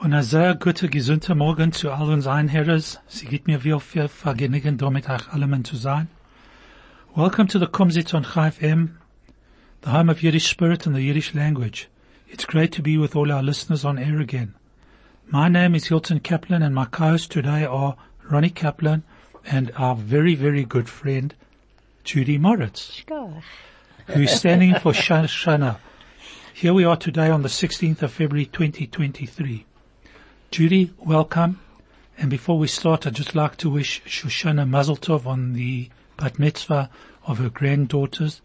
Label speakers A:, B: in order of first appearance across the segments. A: Und ein sehr guter, gesunder Morgen zu all uns Einherres. Sie geht mir wie auf viel Vergnügen, damit auch allemen zu sein. Welcome to the Kumsitz on Chai FM, the home of Yiddish spirit and the Yiddish language. It's great to be with all our listeners on air again. My name is Hilton Kaplan and my co-hosts today are Ronnie Kaplan and our very, very good friend, Judy Moritz,
B: Sure.
A: who's standing for Shana. Shana. Here we are today on the 16th of February 2023. Judy, welcome. And before we start, I'd just like to wish Shoshana Mazel Tov on the bat mitzvah of her granddaughters.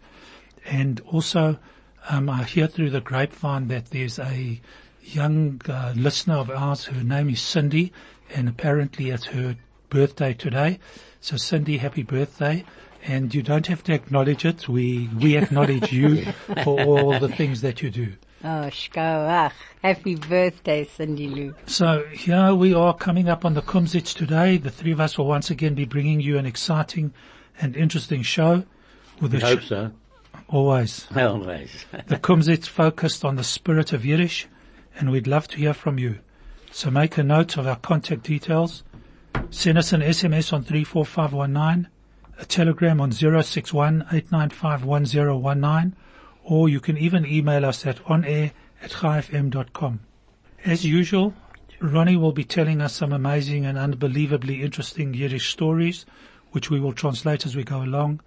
A: And also, um, I hear through the grapevine that there's a young uh, listener of ours. Her name is Cindy, and apparently it's her birthday today. So, Cindy, happy birthday! And you don't have to acknowledge it. We we acknowledge you for all the things that you do.
B: Oh, Shkoach. Happy birthday, Cindy Lou.
A: So here we are coming up on the Kumsitz today. The three of us will once again be bringing you an exciting and interesting show. With a
C: I hope
A: sh-
C: so.
A: always.
C: Always.
A: The Kumsitz focused on the spirit of Yiddish, and we'd love to hear from you. So make a note of our contact details. Send us an SMS on 34519, a telegram on 61 or you can even email us at onair at highfm.com. As usual, Ronnie will be telling us some amazing and unbelievably interesting Yiddish stories, which we will translate as we go along.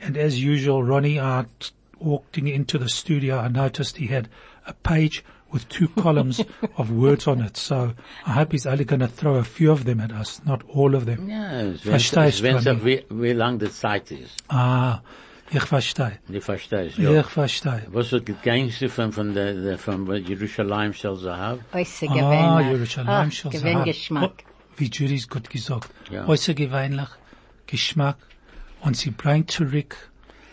A: And as usual, Ronnie, I t- walked in- into the studio. I noticed he had a page with two columns of words on it. So I hope he's only going to throw a few of them at us, not all of them.
C: Ja, es
A: Verstehst
C: wenn's, wenn's
A: du
C: auch wie, wie lang die Zeit ist.
A: Ah, ich verstehe.
C: Du verstehst, ja.
A: Ich verstehe.
C: Was wird gegangen von, von der, der, von Jerusalem soll sie haben?
B: Oysa
A: Ah,
B: gewähnlich.
A: Jerusalem schon
B: gewinn Geschmack.
A: Wie Judy's gut gesagt.
C: Ja.
A: Äußer gewöhnlich, Geschmack. Und sie bringt zurück,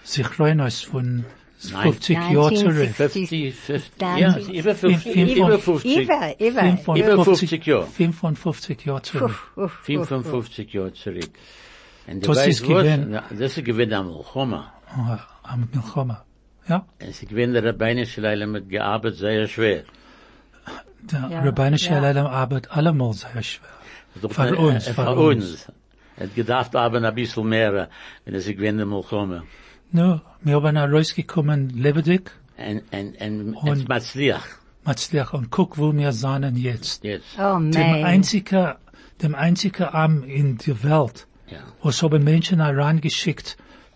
A: sie freuen uns von 50 Jahren zurück.
C: 50, 50,
B: Dann-
C: ja, über 50,
A: Fünf-
C: über 50,
B: Iva, Iva.
A: Fünfund-
C: über 50 Jahre.
A: 55 Jahre zurück.
B: Uff,
C: 55 Jahre zurück. Und du
A: Das ist
C: weißt was?
A: gewesen-
C: Na, Das ist gewinn am Choma.
A: Ah, am Milchoma. Ja,
C: Es ist gewinn der Rabbinische Leile mit gearbeitet sehr schwer.
A: der
B: Ja,
A: rabbinische
B: ja.
A: Leilam arbeitet allemal sehr schwer. Von uns,
C: Von
A: von
C: uns. Et gedacht haben ein bisschen mehr, wenn es gewinn der Mulchome.
A: Nu, wir waren rausgekommen, lebendig,
C: En, en, en,
A: Und-
C: und Matzliach.
A: Matzliach, und guck, wo wir seien jetzt.
C: Jetzt.
B: Oh,
A: Dem
B: man.
A: einzigen, dem einzigen Arm in der Welt,
C: Ja.
A: was haben Menschen herangeschickt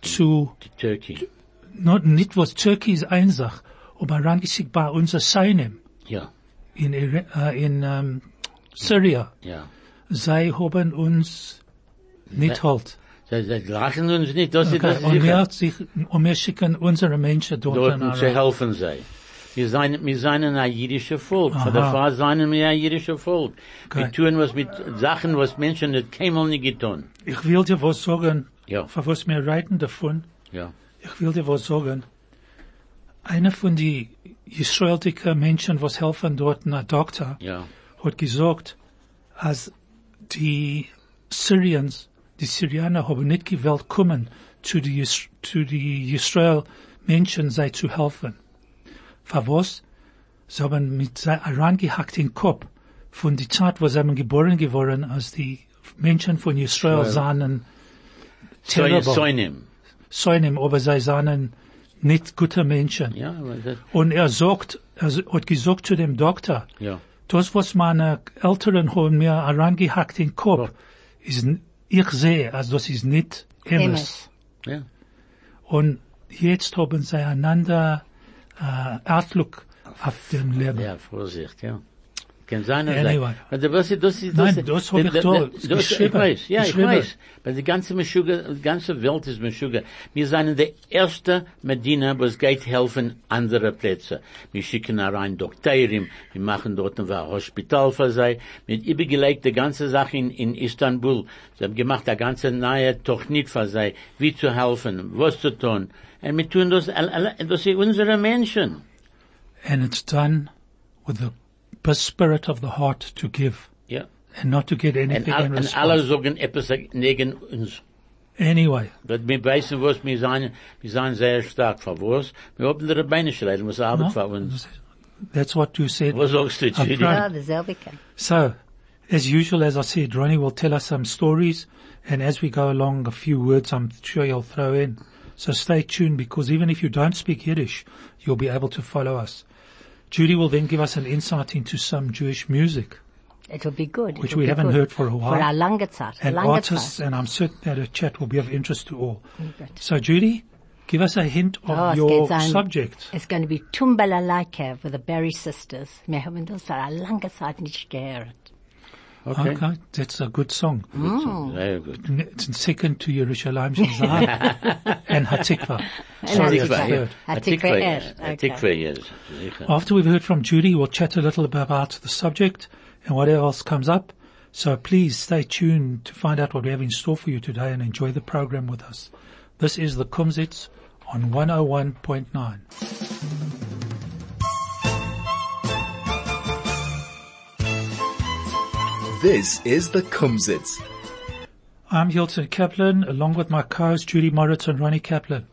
A: zu,
C: Die Turkey.
A: not, nicht was Türkei ist einsach, aber herangeschickt bei unser Seinem
C: Ja.
A: in, Ira- äh, in ähm, Syria.
C: Ja.
A: Sie haben uns nicht halt.
C: Sie, sie lachen uns nicht, dass sie
A: Okay,
C: das
A: und wir,
C: sicher.
A: sich, und wir schicken unsere Menschen dort,
C: Dort zu
A: nach.
C: helfen sei. Wir seien, wir seien ein jüdischer Volk.
A: Aha.
C: Von der Fahrt seien wir ein jüdischer Volk.
A: Okay.
C: Wir tun was mit Sachen, was Menschen nicht keinmal nicht getan.
A: Ich will dir was sagen,
C: Ja.
A: von was wir reiten davon.
C: Ja.
A: Ich will dir was sagen. Einer von die israelischen Menschen, was helfen dort, ein Doktor,
C: Ja.
A: hat gesagt, als die Syrians, die Syrianer haben nicht gewollt kommen zu die, Is- zu die Israel Menschen, sei zu helfen. Für was? Sie haben mit sei reingehackt in den Kopf von der Zeit, wo sie haben geboren geworden, als die Menschen von Israel sahen,
C: Zäune-
A: terrible,
C: Zäunen.
A: seinem, aber sie sahen nicht gute Menschen.
C: Ja, aber das,
A: Und er sagt, er hat gesagt zu dem Doktor,
C: ja.
A: das, was meine Eltern haben mir herangehackt in den Kopf, ist, n- ich sehe, also das ist nicht Emmes.
B: Emmes.
C: Ja.
A: Und jetzt haben sie einander äh, Outlook auf dem Leben.
C: Ja, Vorsicht, ja. Kann sein, dass
A: Anyway.
C: sei. Aber das ist, das ist,
A: Nein,
C: ist-
A: das hab ich
C: das-
A: da
C: das- das- Ich
A: geschrieben.
C: weiß, ja, ich
A: Geschrieben.
C: weiß. Weil die ganze Meshuga, die ganze Welt ist Meshuga. Wir sind in der erste Medina, wo es geht helfen andere Plätze. Wir schicken rein Doktorin, wir machen dort ein Hospital für sie, mit übergelegt die ganze Sache in, in Istanbul. Sie haben gemacht eine ganze neue Technik für sie, wie zu helfen, was zu tun. Und wir tun das, alle- alle- das sind unsere Menschen.
A: And it's done with the p- spirit of the heart to give
C: Ja.
A: and not to get
C: Und,
A: anything
C: all,
A: in
C: und
A: response.
C: alle sagen etwas gegen uns.
A: anyway,
C: Weil wir wissen, was wir sein, wir sein sehr stark für was. Wir haben die Rabbinische Leiden, was Arbeit für uns.
A: that's what you said.
C: Was sagst du,
A: I'm
C: Judy?
A: proud.
B: Oh, the Zelbika.
A: So, as usual, as I said, Ronnie will tell us some stories, and as we go along, a few words I'm sure he'll throw in. So stay tuned because even if you don't speak Yiddish, you'll be able to follow us. Judy will then give us an insight into some Jewish music
B: It'll be good.
A: Which
B: It'll
A: we
B: be
A: haven't
B: good.
A: heard for a while.
B: For a lange Zeit.
A: and
B: lange
A: artists,
B: Zeit.
A: and I'm certain that a chat will be of interest to all.
B: Good.
A: So Judy, give us a hint of
B: Oh, es
A: your
B: geht sein.
A: subject.
B: It's going to be Tumbala with the Berry Sisters. Wir haben das für eine lange Zeit nicht gehört.
A: ah,
C: Okay.
A: that's a good song.
C: Sehr gut.
A: N- It's second to Yerushalayim Shazai and Hatikva.
B: And
A: Sorry,
B: Hatikva,
A: it's
B: yeah.
A: third.
B: Hatikva
C: yes.
B: erst,
C: Hatikva, yes. Sicher.
A: After we've heard from Judy, we'll chat a little bit about the subject and what else comes up. So please stay tuned to find out what we have in store for you today and enjoy the program with us. This is the Kumsitz on 101.9.
D: This is the Kumsitz.
A: I'm Hilton Kaplan, along with my co-host Judy Moritz and Ronnie Kaplan.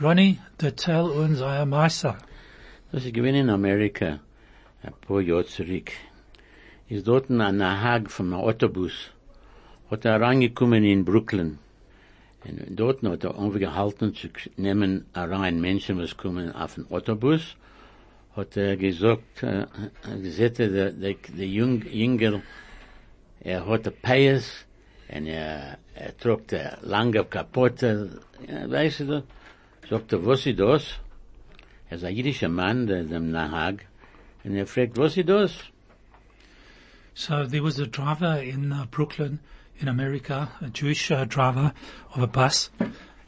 A: Ronnie, the tell uns euer Meister.
C: Das ist gewesen in Amerika, ein paar Jahre zurück. Ist dort ein Nahag vom Autobus, hat er reingekommen in Brooklyn. Und dort hat er angehalten zu k- nehmen rein Menschen, was kommen auf den Autobus. Hat er gesagt, äh, äh, gesagt, äh, der, der, der Jung, Jünger, er hat ein Pais, und er, er trug der lange Kapotte, ja, weißt du, sagt er, was ist das? Er ist ein jüdischer Mann, der dem Nahag, und er fragt, was ist das?
A: So there was a driver in uh, Brooklyn, in America, a Jewish uh, driver of a bus,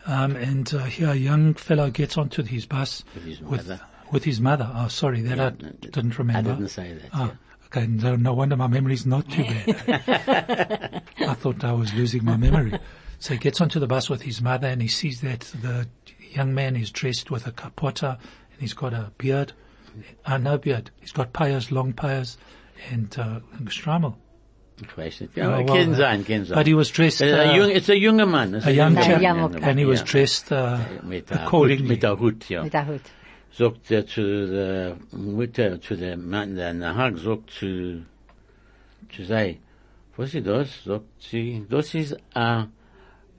A: um, and uh, here a young fellow gets onto his bus
C: With his
A: with,
C: mother.
A: with his mother. Oh, sorry, that I
C: no,
A: didn't remember.
C: I didn't say that.
A: Oh, okay. No, no wonder my memory's not too bad. I thought I was losing my memory. So he gets onto the bus with his mother and he sees that the young man is dressed with a kapota and he's got a beard. Uh, no beard. He's got payas, long payas, and, uh, and strammel.
C: Ich weiß nicht. Ja,
A: Oh, well,
C: kann
A: uh,
C: sein, kann sein.
A: But he was dressed,
C: Es ist ein
A: uh,
C: jung- es ist ein junger Mann. es ist
A: a
C: ein
A: young
C: junger
B: chap.
C: Mann,
B: Yeah, okay.
A: and he was
C: ja.
A: dressed uh,
C: mit der Hut,
A: accordingly.
C: mit der Hut, ja.
B: Mit der Hut.
C: Sagt er zu der Mutter, zu der Mann, der Nahag, sagt zu, zu sei, was ist das? Sagt sie, das ist a,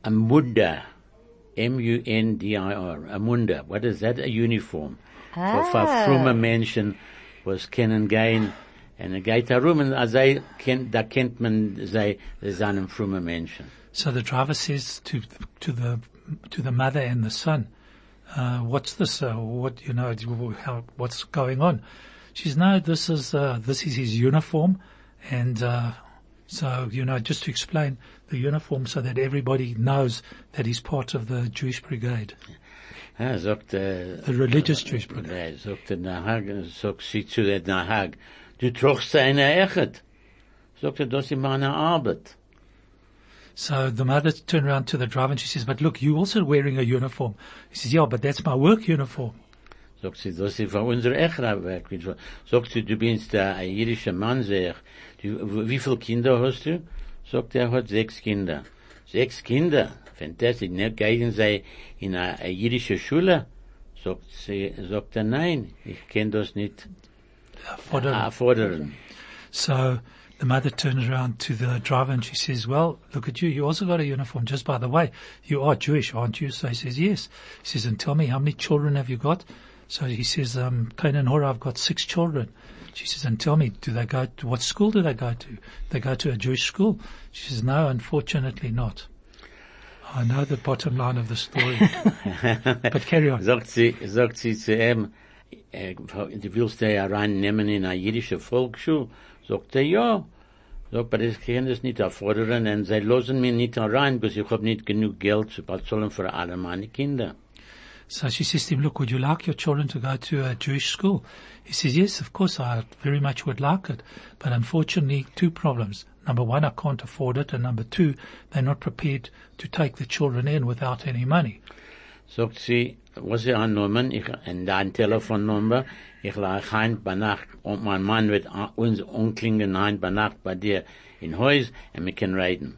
C: a Munda. M-U-N-D-I-R, a Munda. What is that? A uniform. Für, für
B: Ah.
C: frumme Menschen, was können gehen, und er geht herum, und er sei, kennt, da kennt man, sei, sie sind ein frumme Menschen.
A: So the driver says to to the to the mother and the son, uh, "What's this? Uh, what you know? do- How, what's going on?" She's no. This is uh, this is his uniform, and uh, so you know, just to explain the uniform so that everybody knows that he's part of the Jewish brigade,
C: Ja, sagt, äh,
A: the religious Jewish brigade.
C: Nee, sagt der Nahag, sagt sie zu der Nahag, du trochst eine Echet. Sagt er, das ist meine Arbeit.
A: So the mother turned around to the driver and she says, "But look, you also wearing a uniform." He says, "Yeah, but that's my work uniform."
C: Sagt sie, das ist für unsere Echrawerk. Sagt sie, du bist äh, ein jüdischer Mann, sag ich. Du, w- wie viele Kinder hast du? Sagt er, er hat sechs Kinder. Sechs Kinder? Fantastisch. Ne? Gehen sie in eine, eine jüdische Schule? Sagt sie, sagt er, nein, ich kann das nicht
A: For
C: Ah,
A: the-
C: erfordern.
A: So the mother turns around to the driver and she says, well, look at you. You also got a uniform. Just by the way, you are Jewish, aren't you? So he says, yes. She says, and tell me, how many children have you got? So he says, um, Cain and Hora, I've got six children. She says, and tell me, do they go to, what school do they go to? They go to a Jewish school. She says, no, unfortunately not. I know the bottom line of the story, but carry on.
C: sagt sie, sagt sie zu ihm, äh, du willst dir ja reinnehmen in eine jüdische Volksschule? Sagt er, ja. Sagt, aber ich kann das nicht erfordern, und sie lassen mich nicht rein, bis ich habe nicht genug Geld zu bezahlen für alle meine Kinder.
A: So she says to him, look, would you like your children to go to a Jewish school? He says, yes, of course, I very much would like it. But unfortunately, two problems. Number one, I can't afford it. And number two, they're not prepared to take the children in without any money.
C: Sagt sie, was sie annommen, ich, in dein Telefonnummer, ich lag heim bei Nacht, und mein Mann wird a- uns umklingen heim bei Nacht bei dir in Haus, und wir können reden.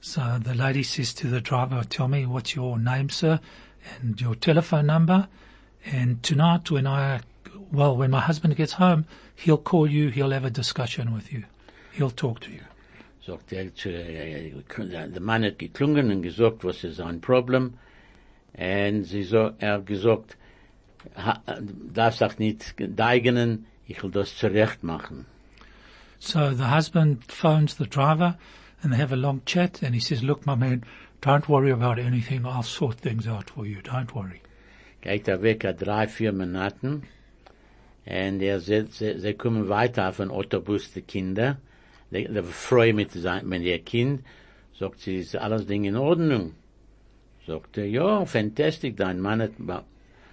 A: So the lady says to the driver, tell me what's your name, sir, and your telephone number. And tonight when I, well, when my husband gets home, he'll call you. He'll have a discussion with you. He'll talk to you.
C: Sagt er zu, äh, der Mann hat geklungen und gesagt, was ist sein Problem, und sie so, er hat gesagt, ha- darfst auch nicht deigenen, ich will das zurecht machen.
A: So the husband phones the driver and they have a long chat and he says, look, my man, don't worry about anything. I'll sort things out for you. Don't worry.
C: geht er weg a drei, vier Minuten. Und er sieht, sie, sie kommen weiter auf den Autobus, die Kinder. Die, die Frau mit, sein- mit ihr Kind. Sagt sie, ist alles Ding in Ordnung? Sagt er, ja, fantastisch, dein Mann hat, ba-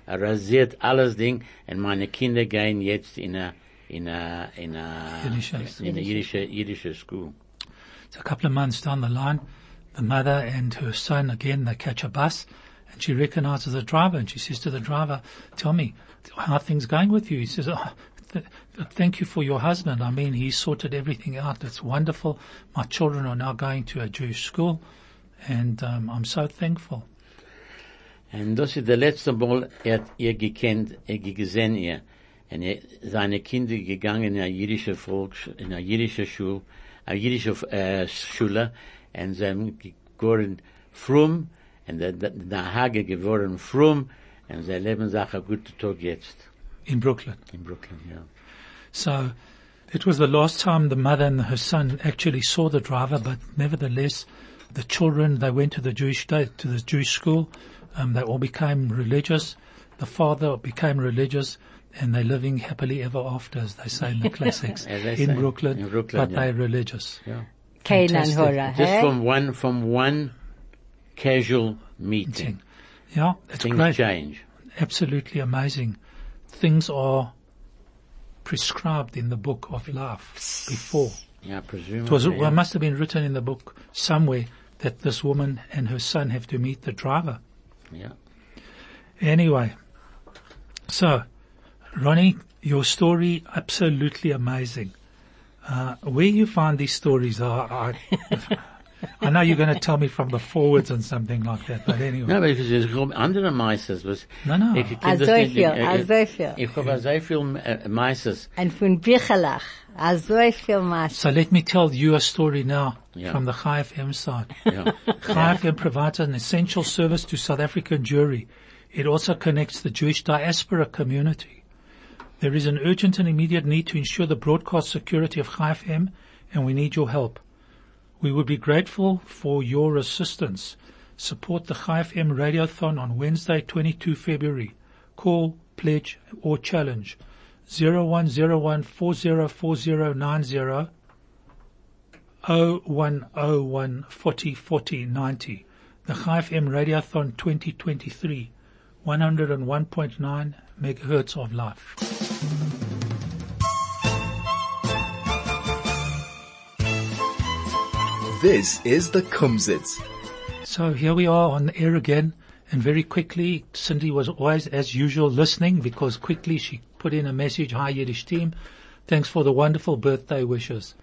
C: er rasiert alles Ding und meine Kinder gehen jetzt in a, in a, in a,
A: Jüdische-
C: in a jüdische, jüdische School.
A: So a couple of months down the line, the mother and her son again, they catch a bus and she recognizes the driver and she says to the driver, tell me, how are things going with you? He says, oh, th- th- thank you for your husband. I mean, he sorted everything out. It's wonderful. My children are now going to a Jewish school and um, I'm so thankful.
C: Und das ist der letzte Mal, er hat ihr gekannt, er ge- gesehen ihr. Und er, seine Kinder gegangen in eine jüdische Volks, in eine jüdische Schule, eine jüdische äh, Schule, und sie haben geworden fromm, und der, der, der Hage geworden fromm, und sie leben sich einen guten Tag jetzt
A: In Brooklyn.
C: in Brooklyn, ja.
A: So it was the last time the mother and her son actually saw the driver, but nevertheless, the children, they went to the Jewish day, to the Jewish school. Um, they all became religious. The father became religious and they're living happily ever after, as they say in the classics,
C: As they
A: in,
C: say,
A: Brooklyn,
C: in Brooklyn,
A: but
C: yeah.
A: they're religious.
B: Canaan
A: Fantastic.
B: Hora,
C: Just
B: hey?
C: from one, from one casual meeting,
A: Yeah, it's
C: things
A: great.
C: change.
A: Absolutely amazing. Things are prescribed in the book of life before.
C: Ja, presumably.
A: It was,
C: ja.
A: well, it must have been written in the book somewhere that this woman and her son have to meet the driver.
C: ja.
A: Anyway, so, Ronnie, your story, absolutely amazing. Uh, where you find these stories, I, I, I know you're going to tell me from the forwards and something like that, but anyway.
C: Ja, aber ich, ich hab andere Meisters, was...
A: No, no.
C: Ich, ich
B: Ah,
C: kenn das
B: so
C: nicht,
B: viel,
C: ich- ich-
B: ah, so viel.
C: äh, Ich hab so viel äh, Meisters.
B: And von Bichelach. Also ich viel Maß.
A: So let me tell you a story now
C: Yeah.
A: from the Chai FM side.
C: Ja.
A: Chai FM provides an essential service to South African Jewry. It also connects the Jewish diaspora community. There is an urgent and immediate need to ensure the broadcast security of Chai FM, and we need your help. We would be grateful for your assistance. Support the Chai FM Radiothon on Wednesday, 22 February. Call, pledge, or challenge 0101 404090 0101 40 40 90. The Chai FM Radiothon 2023. 101.9 megahertz of life.
D: This is the Kumsitz.
A: So here we are on the air again, and very quickly, Cindy was always, as usual, listening because quickly she put in a message, Hi Yiddish team, thanks for the wonderful birthday wishes.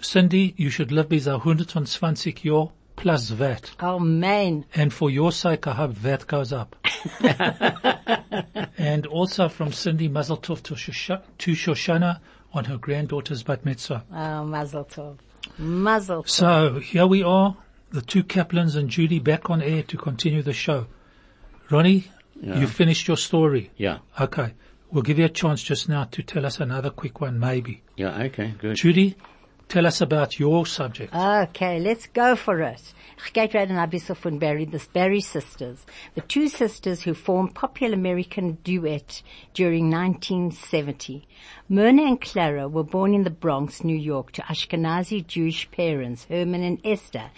A: Cindy, you should live bis 120 Jahr plus VAT.
B: Oh man.
A: And for your sake, I hope that goes up. and also from Cindy Mazeltov to, Shosha- to Shoshana on her granddaughter's bat mitzvah.
B: Oh, Mazel Tov. Mazel Tov.
A: So here we are, the two Kaplans and Judy back on air to continue the show. Ronnie, you finished your story.
C: Ja.
A: Okay. We'll give you a chance just now to tell us another quick one, maybe.
C: Ja, okay, gut.
A: Judy, Tell us about your subject.
B: Okay, let's go for it. Ich gehe gerade ein bisschen von Barry, the Barry Sisters, the two sisters who formed popular American duet during 1970. Myrna and Clara were born in the Bronx, New York, to Ashkenazi Jewish parents, Herman and Esther,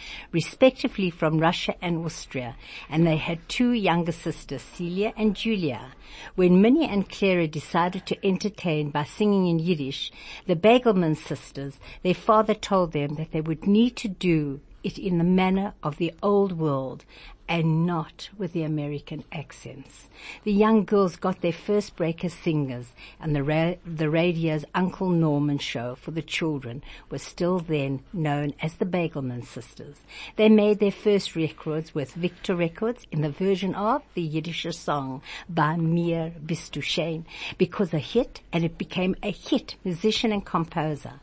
B: respectively from Russia and Austria, and they had two younger sisters, Celia and Julia. When Minnie and Clara decided to entertain by singing in Yiddish, the Bagelman sisters, their father told them that they would need to do it in the manner of the old world and not with the American accents. The young girls got their first break as singers and the, ra- the radio's Uncle Norman show for the children was still then known as the Bagelman Sisters. They made their first records with Victor Records in the version of the Yiddish song by Mir Bist du Shane because a hit and it became a hit musician and composer.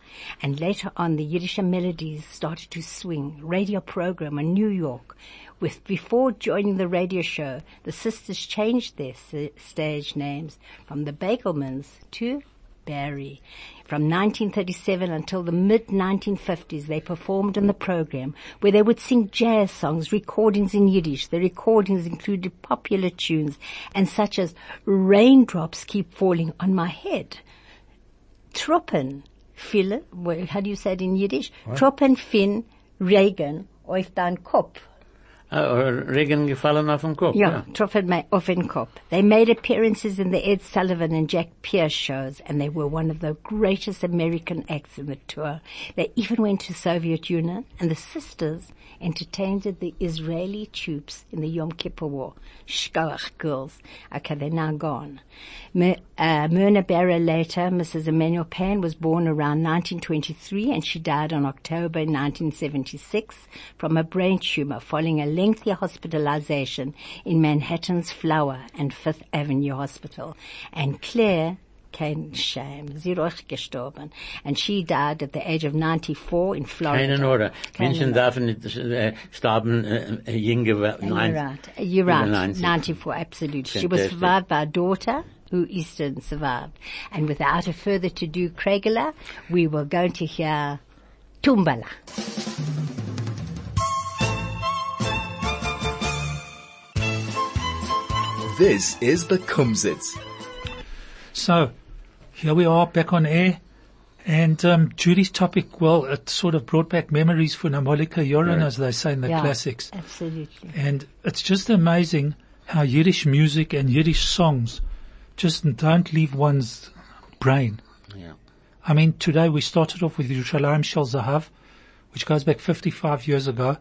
B: And later on the Yiddish melodies started to swing radio program in New York with before joining the radio show, the sisters changed their s- stage names from the Bagelmans to Barry. From 1937 until the mid 1950s, they performed in the program where they would sing jazz songs, recordings in Yiddish. The recordings included popular tunes and such as Raindrops Keep Falling on My Head, Tropen, Fille, well, how do you say it in Yiddish? Tropen fin Regen auf dein Kopf.
C: Uh, Regen gefallen auf den Kopf.
B: Yeah, Trufford Ma- Offenkopf. They made appearances in the Ed Sullivan and Jack Pierce shows, and they were one of the greatest American acts in the tour. They even went to Soviet Union, and the sisters entertained the Israeli troops in the Yom Kippur War. Shkoach girls. Okay, they're now gone. Me- uh, Myrna Barra later, Mrs. Emmanuel Pan, was born around 1923, and she died on October 1976 from a brain tumor following a lengthy hospitalization in Manhattan's Flower and Fifth Avenue Hospital. And Claire kein Shame, sie ist gestorben. And she died at the age of 94 in Florida.
C: Keinen Order.
B: Keine
C: Menschen
B: Order.
C: dürfen nicht äh, sterben, äh, jünger, nein.
B: You're right. You're
C: Über
B: right.
C: 90.
B: 94, absolutely. She was
C: Fantastic.
B: survived by a daughter who Eastern survived. And without a further to do, Craigela, we were going to hear Tumbala.
D: This is the Kumsitz.
A: So, here we are back on air. And um, Judy's topic, well, it sort of brought back memories for Namolika Yoron, as they say in the
B: Yeah,
A: classics.
B: Absolutely.
A: And it's just amazing how Yiddish music and Yiddish songs just don't leave one's brain.
C: Ja.
A: I mean, today we started off with Yerushalayim Shel Zahav, which goes back 55 years ago.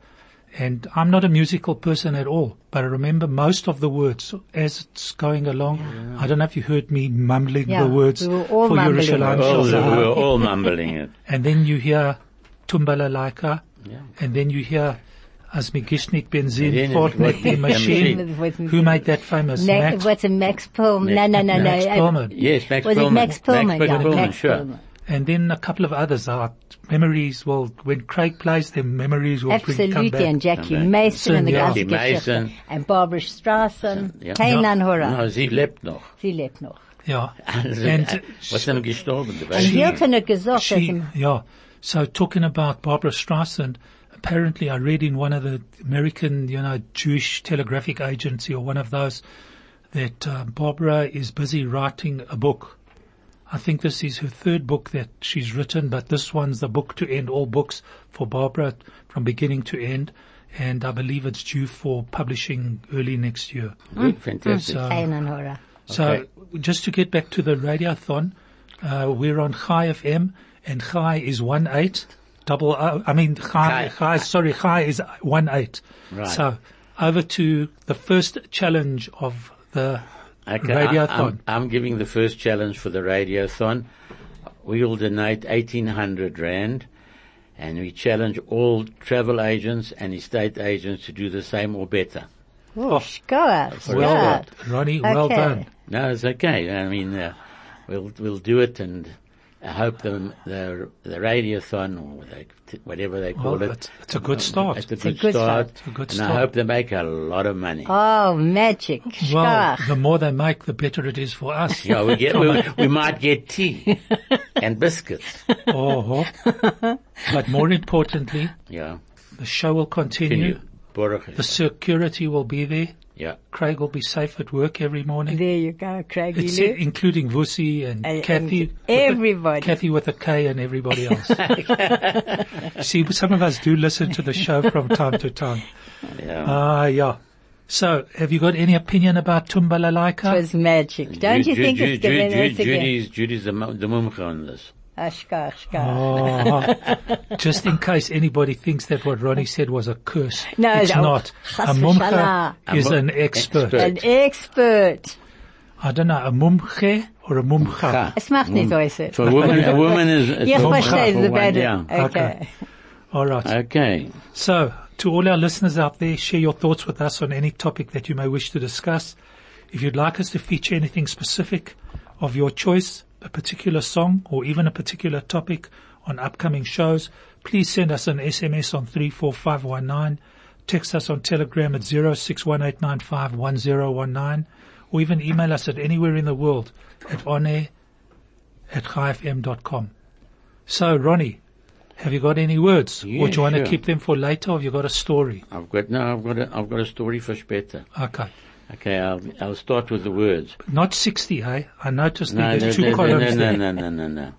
A: And I'm not a musical person at all, but I remember most of the words as it's going along. I don't know if you heard me mumbling
B: Yeah,
A: the words
B: we were all
A: for
B: mumbling.
A: Yerushalayim Shel
C: All,
B: so sorry.
A: Zahav.
C: we're all mumbling it.
A: And then you hear Tumbala Laika,
C: Yeah.
A: and then you hear Asmigishnik Benzin,
C: Then
A: Fortnite
C: what
A: the
C: did
A: Machine.
B: With- with-
A: Who made that famous?
B: Ne-
A: Max,
B: what's it, Max Pullman? No, no, no, no.
A: Max
B: Uh,
A: Perlman.
C: Yes, Max
B: Was it
C: Perlman.
B: Max Pullman?
C: Max
B: yeah,
C: Perlman,
B: Max
C: sure.
B: Perlman.
A: And then a couple of others are memories. Well, when Craig plays them, memories will bring come back.
B: Absolutely, and Jackie
C: Come back.
B: Mason and the
A: Soon, yeah.
B: Gazi
C: Jackie Mason.
B: and Barbara Streisand,
C: Yeah.
B: Kainan Hora,
C: No, sie lebt noch.
B: sie lebt noch.
A: yeah.
C: Also,
A: and
C: äh, was
A: she,
C: denn gestorben? Die
B: Und
C: weiß
A: she-
B: die
C: ich
B: hat
C: nicht.
B: ja gesagt, dass
A: she,
B: im-
A: yeah. So talking about Barbara Streisand, apparently I read in one of the American, you know, Jewish telegraphic agency or one of those that uh, Barbara is busy writing a book. I think this is her third book that she's written, but this one's the book to end all books for Barbara from beginning to end. And I believe it's due for publishing early next year.
B: Hm?
C: Good, fantastic.
A: Hm, So-
B: Kainan Hora.
A: So
C: Okay.
A: just to get back to the radiothon, uh, we're on Chai FM and Chai is one eight double O. I mean Chai,
C: Chai.
A: Chai, sorry, Chai is one eight.
C: Right.
A: So over to the first challenge of the
C: Okay,
A: radiothon.
C: I, am I'm giving the first challenge for the radiothon. We will donate 1800 rand and we challenge all travel agents and estate agents to do the same or better.
B: Oh, Shkoa,
A: well
B: Shkoa.
A: done, Ronnie. Well
B: Okay.
A: done.
C: No, it's okay. I mean, uh, we'll, we'll do it and I hope the, the, the radiothon or they, whatever they call
A: Well,
C: it. um,
A: it's, it's a good start.
C: It's a
B: a
C: good
B: good
C: start.
B: start.
A: It's a good
C: and I
A: start.
C: hope they make a lot of money.
B: Oh, magic.
A: well,
B: Shkach.
A: the more they make, the better it is for us.
C: Yeah, we get we, we might get tea and biscuits.
A: Oh, oh. but more importantly,
C: Yeah,
A: the show will
C: can
A: continue.
C: you? Baruch.
A: The security will be there.
C: Yeah,
A: Craig will be safe at work every morning.
B: There you go, Craig.
A: It's
B: Elu.
A: including Vusi and,
B: And-
A: Kathy.
B: and
A: with a-
B: everybody.
A: Kathy with a K and everybody else. See, some of us do listen to the show from time to time.
C: yeah.
A: Ah, yeah. So, have you got any opinion about Tumbalalaika?
B: It was magic. Don't you
C: Ju-
B: think
C: Ju-
B: it's
C: Ju-
B: given
C: Ju-
B: us again?
C: Judy's Judy's the mu- the mumcha on this.
B: Ah, Shkach, shkach.
A: Oh, just in case anybody thinks that what Ronnie said was a curse.
B: No,
A: it's
B: no.
A: not.
B: Chas
A: A mumcha
B: v'shallah.
A: is
C: A mu-
A: an expert.
C: expert.
B: An expert.
A: I don't know, a mumche or a mumcha.
B: Es macht
C: Mm.
B: nicht so, es ist.
C: For a woman, a woman is. is
B: Yes,
C: mumcha
B: but
C: for
B: the
C: one,
B: better.
C: Yeah.
B: Okay.
A: All right.
C: Okay.
A: So, to all our listeners out there, share your thoughts with us on any topic that you may wish to discuss. If you'd like us to feature anything specific of your choice, a particular song, or even a particular topic on upcoming shows, please send us an SMS on 34519, text us on Telegram at 0618951019, or even email us at anywhere in the world at onair at highfm.com. So, Ronnie, have you got any words? or
C: Yeah,
A: do you want
C: sure.
A: to keep them for later? Or have you got a story?
C: I've got no. I've got a. I've got a story for später.
A: Okay.
C: Okay. I'll. I'll start with the words.
A: Not 60, hey? I noticed
C: No,
A: that
C: no,
A: there's two
C: no, no,
A: columns
C: no, no,
A: there.
C: no, no, no, no.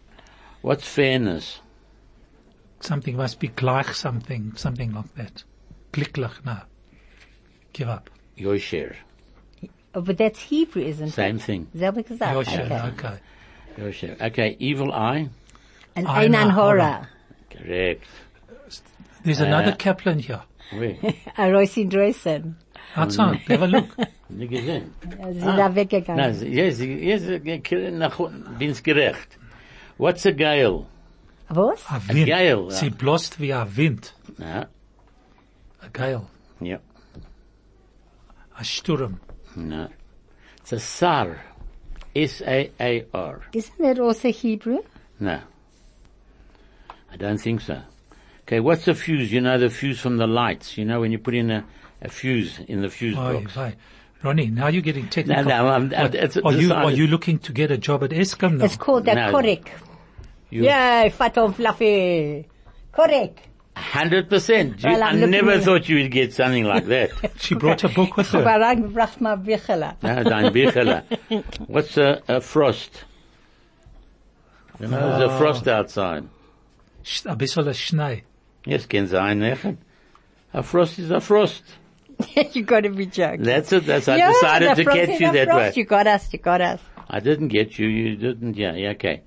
C: What's fairness?
A: Something must be gleich something, something like that. Glicklich, no. Give up.
C: Your share.
B: Oh, but that's Hebrew, isn't it?
C: Same thing.
B: Selbe gesagt.
A: Yosha,
B: Oh, Okay.
A: okay.
C: Your share. Okay. Evil eye.
B: An
A: Ein
B: Einan Hora.
A: Hora.
C: Correct.
A: There's
C: Uh,
A: another Kaplan here.
C: Where?
B: A Roisin Droisin.
A: Outside, have a look.
C: Nicht gesehen.
B: Sie
C: Ah.
B: sind da
C: Na,
B: weggegangen.
C: sie- ja, sie- ja, sie- ke- nach unten. Bin's gerecht. What's a gale?
B: Was?
A: A
C: Geil, ja.
A: wind. Sie blost wie a wind.
C: Ja.
A: A gale.
C: Ja.
A: A sturm.
C: No. It's a sar. S-A-A-R.
B: Isn't that also Hebrew?
C: No. I don't think so. Okay, what's a fuse? You know the fuse from the lights. You know when you put in a, a fuse in the fuse
A: Oh,
C: box.
A: hey. Ronnie, now you're getting technical.
C: No, no, I'm-
A: What-
C: it's-
A: are,
C: this
A: you,
C: I-
A: are you looking to get a job at Eskom now?
B: It's called a
C: No.
B: korek.
C: You-
B: Yay, fat and fluffy. Korek.
C: Hundred percent. You-
B: Well,
C: I
B: I'm looking
C: never
B: at-
C: thought you would get something like that.
A: she brought a book with her.
B: Barang Brahma Bichela.
C: no, don't be fella. What's a, a frost? You know, there's a frost outside.
A: Sh- A bissel of schnee.
C: Yes, can sein, Nechen. A frost is a frost.
B: you gotta be joking.
C: That's it. That's I
B: Yeah,
C: decided
B: the
C: to
B: frost
C: catch
B: is
C: you
B: a
C: that
B: frost.
C: way.
B: You got us, you got us.
C: I didn't get you. You didn't. Yeah. yeah okay.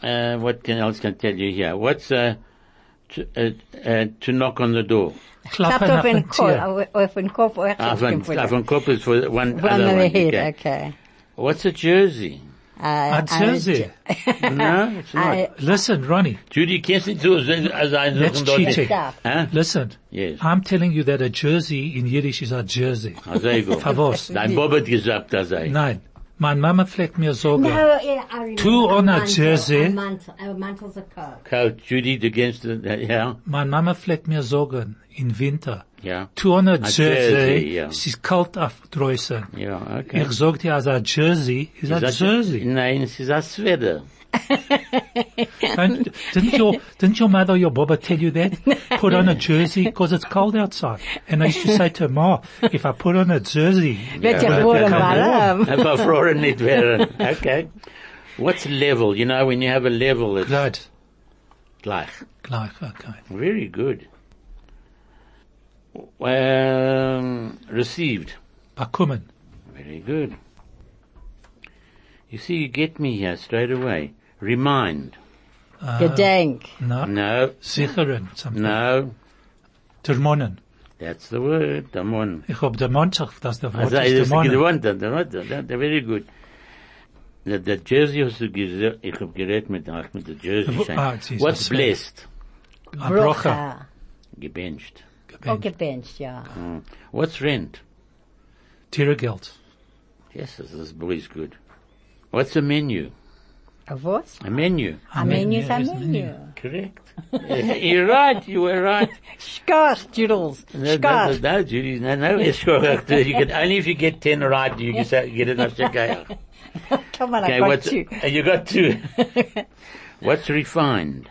C: Uh, what can else can I tell you here? What's uh, to, uh, uh, to knock on the door?
A: Klappen
B: Klappt auf
A: auf
B: den
A: ein
B: Kopf,
A: Tier.
B: auf auf den Kopf, auf
C: Ah,
B: den
C: von,
B: Kopf.
C: ah, von Kopf is for one
B: From
C: other
B: the
C: one.
B: head,
C: okay.
B: okay.
C: What's a jersey?
B: Uh,
A: I'd say
B: I-
A: there.
C: no, it's not.
B: I-
A: Listen, Ronnie,
C: Judy, kennst du so, as ein
A: That's cheating.
C: Huh?
A: listen.
C: Yes.
A: I'm telling you that a jersey in Yiddish is a jersey.
C: Also, ich go.
A: Favos.
C: Dein Bob hat gesagt, er- das sei.
A: Nein. Mein Mama fleckt mir
B: No,
A: Sorge.
B: yeah, I remember.
A: Two on a
B: mantle,
A: jersey.
B: A mantle, a mantle's a coat.
C: Coach Judy äh, against the, yeah,
A: Mein Mama fleckt mir Sorgen in Winter.
C: yeah,
A: Tu on a
C: jersey,
A: jersey,
C: ja.
A: es ist kalt auf draußen.
C: yeah, okay.
A: Ich sag dir, as a jersey is a
C: Is that-
A: jersey.
C: Nein, es ist ein Sweater.
A: Don't- didn't your didn't your mother or your baba tell you that? Put on a jersey because it's cold outside. And I used to say to her, Ma, if I put on a jersey,
B: Bet
C: Yeah,
B: you
C: but
B: wore
C: they
B: a
C: come
B: warm.
C: Aber Floren nicht wäre. Okay. What's level? You know, when you have a level, it's
A: glad,
C: gleich.
A: glad, okay.
C: Very good. Um, received.
A: Bakumen.
C: Very good. You see, you get me here straight away. Remind.
A: Uh,
B: Gedenk.
A: No.
C: No,
A: Sicheren. something.
C: no,
A: Dermonnen.
C: that's the word. Come on.
A: Ich hab dermont, ach, das der Wort
C: Also,
A: ist
C: das ist
A: dermonnen.
C: gewohnt, das- das- das- das- very good. The, the jersey hast du gesagt, ich hab geredet mit, ach, mit der jersey.
A: Wo- ah, sie ist
C: What's
A: das-
C: blessed?
A: A Ah, Brocha.
C: Gebenched.
B: Okay, bench, yeah.
C: Mm. What's rent?
A: Tiergeld.
C: Yes, this, this boy is good. What's the menu?
B: A was?
C: A menu.
B: A menu is a
A: yes,
B: menu.
C: Correct. You're right. You were right.
B: Schkach, Jules.
C: No, no, no,
B: Schkach.
C: no, Judy, no, no, it's correct. You get, only if you get 10 right, you get, get it up to go.
B: Come on, I
C: Okay,
B: got
C: what's,
B: you.
C: uh, you got two. what's refined?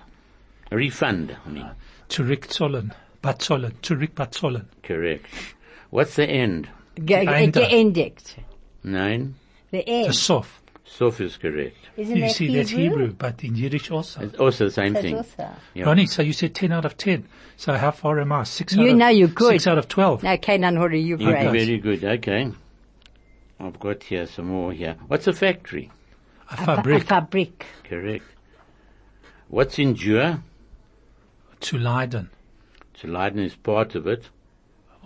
C: Refund, I mean.
A: Zurückzollen. Bezahlen. Zurückbezahlen.
C: Correct. What's the end?
B: Ge- ge-
A: Enter.
B: Geendigt.
C: Nine.
B: The
A: The
B: end.
A: sof.
C: Sof is correct.
B: Isn't
A: You
B: that
A: see, that's Hebrew, but in Yiddish also.
C: It's also the same
B: That's
C: thing.
B: also.
C: Yeah.
A: Ronnie, so you said 10 out of 10. So how far am I? Six
B: You
A: out of,
B: know you're good.
A: Six out of 12.
B: No, Canaan Hori, you're
C: You're
B: great.
C: Very good. Okay. I've got here some more here. What's a factory?
A: A
B: A fa- a
A: fabric
B: Fabrik.
C: Correct. What's endure?
A: zu leiden.
C: To Leiden is part of it.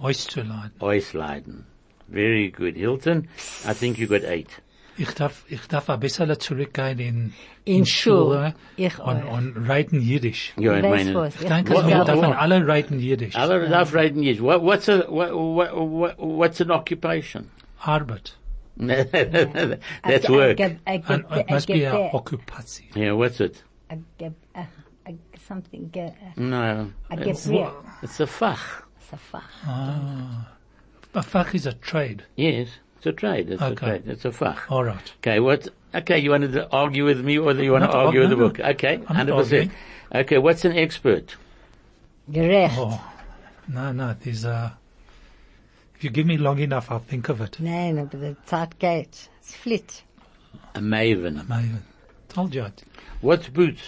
A: Euch zu leiden.
C: Ois Leiden. Very good. Hilton, I think you got eight.
A: Ich darf, ich darf ein bisschen zurückgehen in, eh?
B: In
A: Schule.
B: Schule. Ich
A: und,
B: euch.
A: und reiten Jiddisch.
C: You
B: That's was.
A: Ich denke,
C: Wo-
A: wir
C: wo-
A: dürfen
C: wo-
A: alle reiten Jiddisch.
C: Other than that, Leiden is. What, what's a, what, what, what, what's an occupation?
A: Arbeit.
C: That's
B: I- I
C: work.
B: get- I
A: And
B: get-
A: it
B: I
A: must
B: get
A: be a
B: that.
A: Occupation.
C: Yeah, what's it?
B: I get- uh, I get something. Get, uh,
C: No.
B: I get
C: It's,
B: real.
C: it's a fach.
B: It's a fuck.
A: A Ah. fach is a trade.
C: Yes. It's a trade. It's a
A: Okay.
C: trade. It's a fach.
A: All right.
C: Okay, what? Okay, you wanted to argue with me, or do you want
A: Not
C: to
A: ar-
C: argue with
A: no,
C: the
A: no.
C: book? Okay,
A: I'm not
C: hundred percent. Okay, what's an expert?
B: Gerecht.
A: Oh, no, no, there's a, if you give me long enough, I'll think of it.
B: Nein, aber die Zeit geht. Es flitt.
C: A maven.
A: Maven. Told you. it.
C: What's boots?